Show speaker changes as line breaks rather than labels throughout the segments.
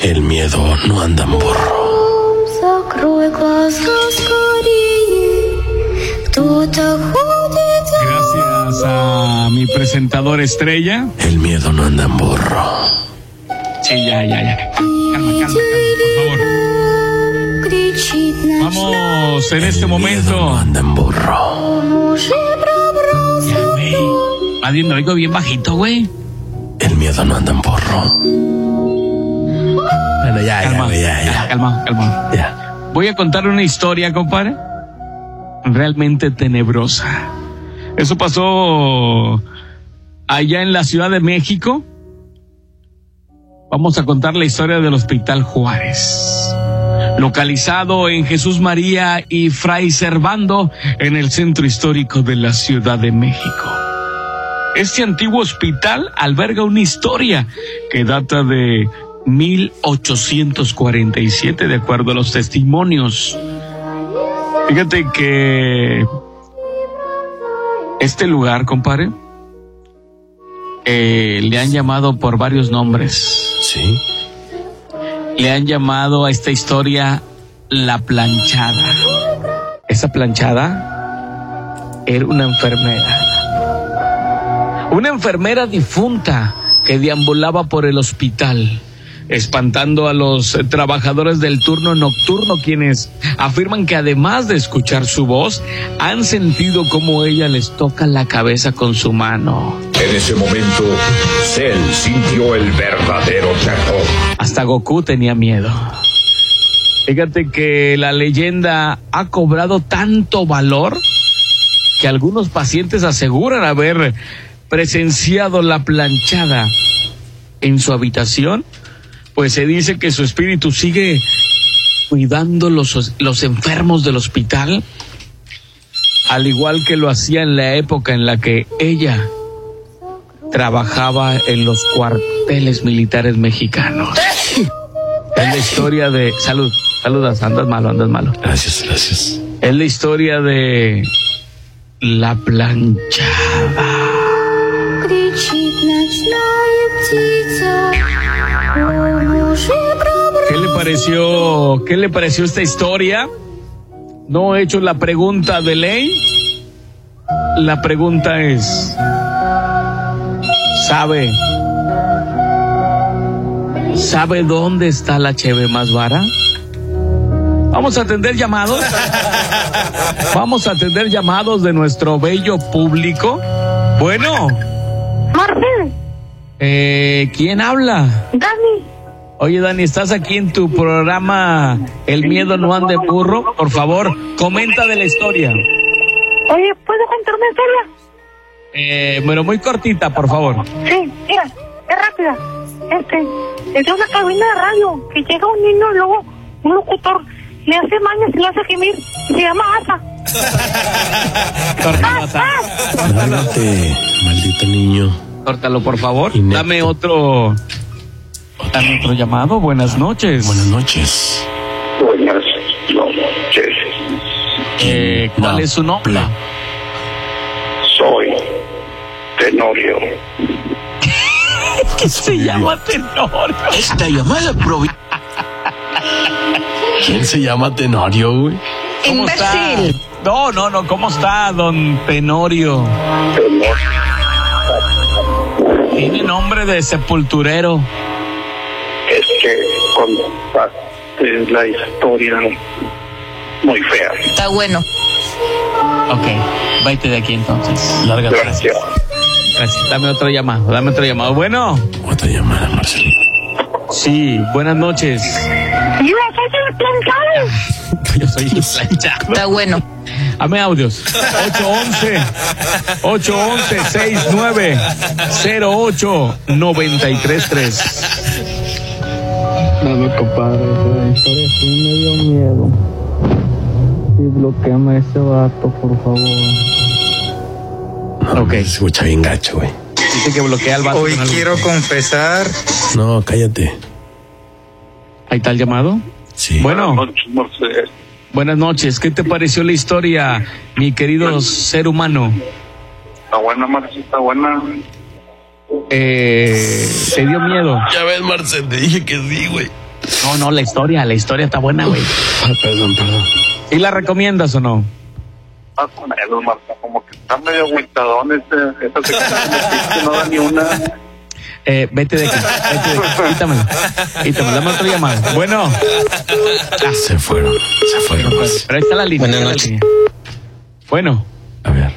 El miedo no anda en burro.
Закрой глаза скорее, кто-то ходит за
Gracias a mi presentador estrella.
El miedo no anda en burro.
Sí, ya, ya, ya. Calma, calma, calma, por favor.
мной, кричит ночной.
Vamos en este
El miedo no
momento.
anda en burro.
Муж и пробрался
Ya, güey. Nadie me oigo bien bajito, güey.
El miedo no anda en burro. Bueno, ya, ya,
Calma,
güey, ya,
ya,
ya,
calma, calma.
ya.
Voy a contar una historia, compadre. Realmente tenebrosa. Eso pasó allá en la Ciudad de México. Vamos a contar la historia del Hospital Juárez. Localizado en Jesús María y Fray Servando, en el centro histórico de la Ciudad de México. Este antiguo hospital alberga una historia que data de 1847, de acuerdo a los testimonios. Fíjate que este lugar, compadre, eh, le han llamado por varios nombres.
Sí.
Le han llamado a esta historia la planchada. Esa planchada era una enfermera. Una enfermera difunta que deambulaba por el hospital, espantando a los eh, trabajadores del turno nocturno, quienes afirman que además de escuchar su voz, han sentido como ella les toca la cabeza con su mano.
En ese momento, Cell sintió el verdadero terror.
Hasta Goku tenía miedo. Fíjate que la leyenda ha cobrado tanto valor que algunos pacientes aseguran haber presenciado la planchada en su habitación, pues se dice que su espíritu sigue cuidando los, los enfermos del hospital, al igual que lo hacía en la época en la que ella trabajaba en los cuarteles militares mexicanos. Es la historia de. Salud, saludas, andas malo, andas malo.
Gracias, gracias.
Es la historia de. La planchada.
кричит ночная птица. О, муж и пробрался.
¿Qué le pareció? ¿Qué le pareció esta historia? No he hecho la pregunta de ley. La pregunta es. ¿Sabe? ¿Sabe dónde está la cheve más vara? Vamos a atender llamados. Vamos a atender llamados de nuestro bello público. Bueno,
Morfin,
eh, ¿quién habla?
Dani,
Oye, Dani, estás aquí en tu programa El miedo no ande burro. Por favor, comenta de la historia.
oye, ¿puedo contar una historia?
Eh, pero muy cortita, por favor.
Sí, mira, es rápida. Este, es de una cabina de radio que llega un niño y luego un locutor le hace mañas y le hace gemir y se llama Asa.
Córtalo,
Lárgate, maldito niño.
córtalo, por favor.
Inepto.
Dame otro. Dame otro llamado. Buenas noches.
Buenas noches.
Buenas noches.
Eh, ¿Cuál
No,
es su nombre?
pla-
Soy Tenorio.
¿Qué se llama Tenorio?
Esta llamada provi... ¿Quién se llama Tenorio, güey?
¿Cómo está? No, no, no. ¿Cómo está, don Tenorio?
Tenorio.
Tiene nombre de sepulturero.
Es que contaste la historia muy fea.
Está bueno.
Ok, vete de aquí entonces.
Lárgate.
Gracias.
Gracias. Dame otro llamado, dame otro llamado. Bueno.
Otra llamada, Marcelito.
Sí, buenas noches.
Y yo soy el planchado.
Yo soy el planchado.
Está bueno.
Dame audios. 811-811-6908-933.
Nada, compadre, esa historia sí me dio miedo. Y bloqueame a ese vato, por favor.
No,
Ok.
Se escucha bien gacho, güey.
Dice que bloquea al vato.
Hoy
con algo.
quiero confesar
No, cállate.
Ahí está el llamado.
Sí.
Bueno,
Buenas noches.
buenas noches. ¿Qué te pareció la historia, mi querido ser humano?
Está buena, Marcia, está buena.
Eh, ¿Te dio miedo?
Ya ves, Marcel, te dije que sí, güey.
No, no, la historia, la historia está buena, güey.
Ah, perdón, perdón.
¿Y la recomiendas o no?
Más o menos, Marta, como que está medio aguitadón este, esta sección de chiste, no da ni una.
Eh, vete de aquí, vete de aquí. Quítamela. Quítamela, dame otra llamada. Bueno,
Ah, Se fueron, se fueron. más.
pero ahí está la línea.
Buenas
está la
noches.
línea. Bueno,
A ver.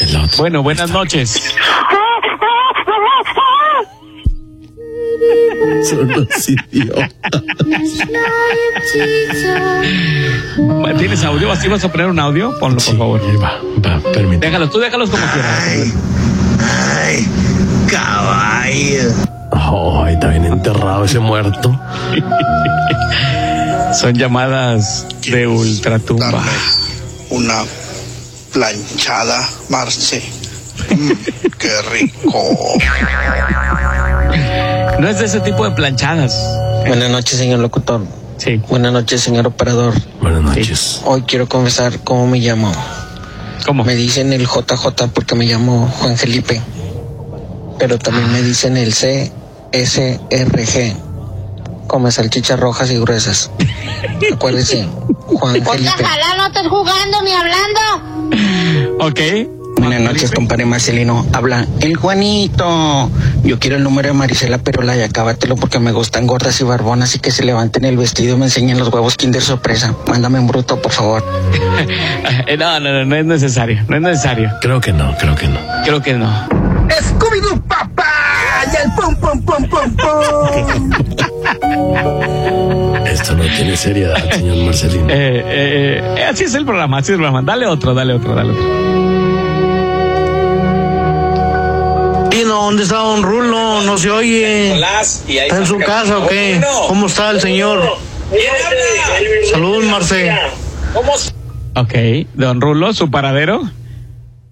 El otro.
bueno, buenas noches.
Solo sí, tío.
ночная птица.
¿Tienes audio? ¿Así vas a poner un audio? Ponlo,
Sí,
por favor.
ahí va, va, permítame.
Déjalos, tú déjalos como quieras.
Oh, está bien enterrado ese muerto.
Son llamadas de ultratumba.
una planchada, Marce. Ah, Mm, qué rico.
No es de ese tipo de planchadas.
Buenas noches, señor locutor.
Sí.
Buenas noches, señor operador.
Buenas noches.
Hoy quiero confesar cómo me llamo.
¿Cómo?
Me dicen el JJ porque me llamo Juan Felipe. Pero también me dicen el CSRG. Come salchichas rojas y gruesas. Acuérdese, Juan Felipe.
no estés jugando ni hablando.
Ok. Eh,
Buenas noches, compadre Marcelino. Habla el Juanito. Yo quiero el número de Marisela Perola y acábatelo porque me gustan gordas y barbonas y que se levanten el vestido y me enseñen los huevos Kinder sorpresa. Mándame un bruto, por favor.
Eh, No, no, no, no es necesario. No es necesario.
Creo que no, creo que no.
Creo que no.
Esto no tiene seriedad, señor Marcelino.
Eh, eh, eh, así es el programa, así es el programa. Dale otro, dale otro, dale otro.
Marcelino, ¿dónde está don Rulo? No se oye. ¿Está en su casa o qué? ¿Cómo está el señor? Saludos, Marce.
Ok, don Rulo, su paradero.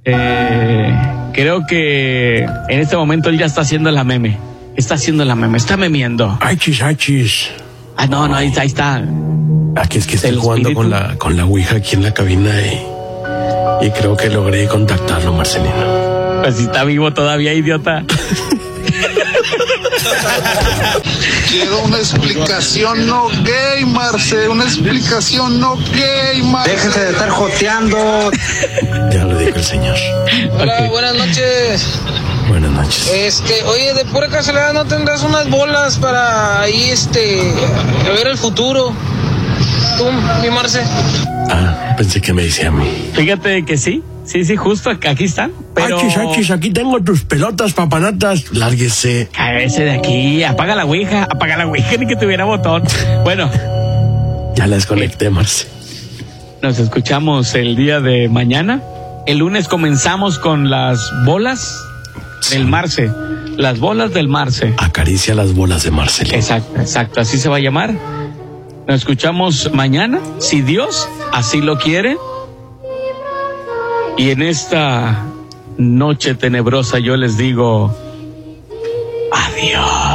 Eh, creo que en este momento él ya está haciendo la meme. Está haciendo la meme, está memeando.
Achis, achis.
Ah, no, no, ahí está, ahí está.
Aquí es que estoy
¿El
jugando
espíritu?
con la, con la Ouija aquí en la cabina y, y creo que logré contactarlo, Marcelino.
Pues si está vivo todavía, idiota.
Quiero una explicación no gay, Marce. Una explicación no gay, Marce.
Déjese de estar joteando.
Ya lo dijo el señor.
Hola,
Ok.
buenas noches.
Buenas noches.
Eh.
Este, oye, de pura casualidad no tendrás unas bolas para ahí, este, ver el futuro. Tú, mi Marce.
Ah, pensé que me decía a mí.
Fíjate que sí, sí, sí, justo ac- aquí están. Pero
Achis, achis, aquí tengo tus pelotas, papanatas. Lárguese.
Cállese de aquí, apaga la ouija, apaga la ouija, ni que tuviera botón. Bueno,
Ya la desconecté, Marce.
Nos escuchamos el día de mañana. El lunes comenzamos con las bolas del Marce. Las bolas del Marce.
Acaricia las bolas de Marcelino.
Exacto, exacto. Así se va a llamar. Nos escuchamos mañana, si Dios así lo quiere. Y en esta noche tenebrosa yo les digo adiós.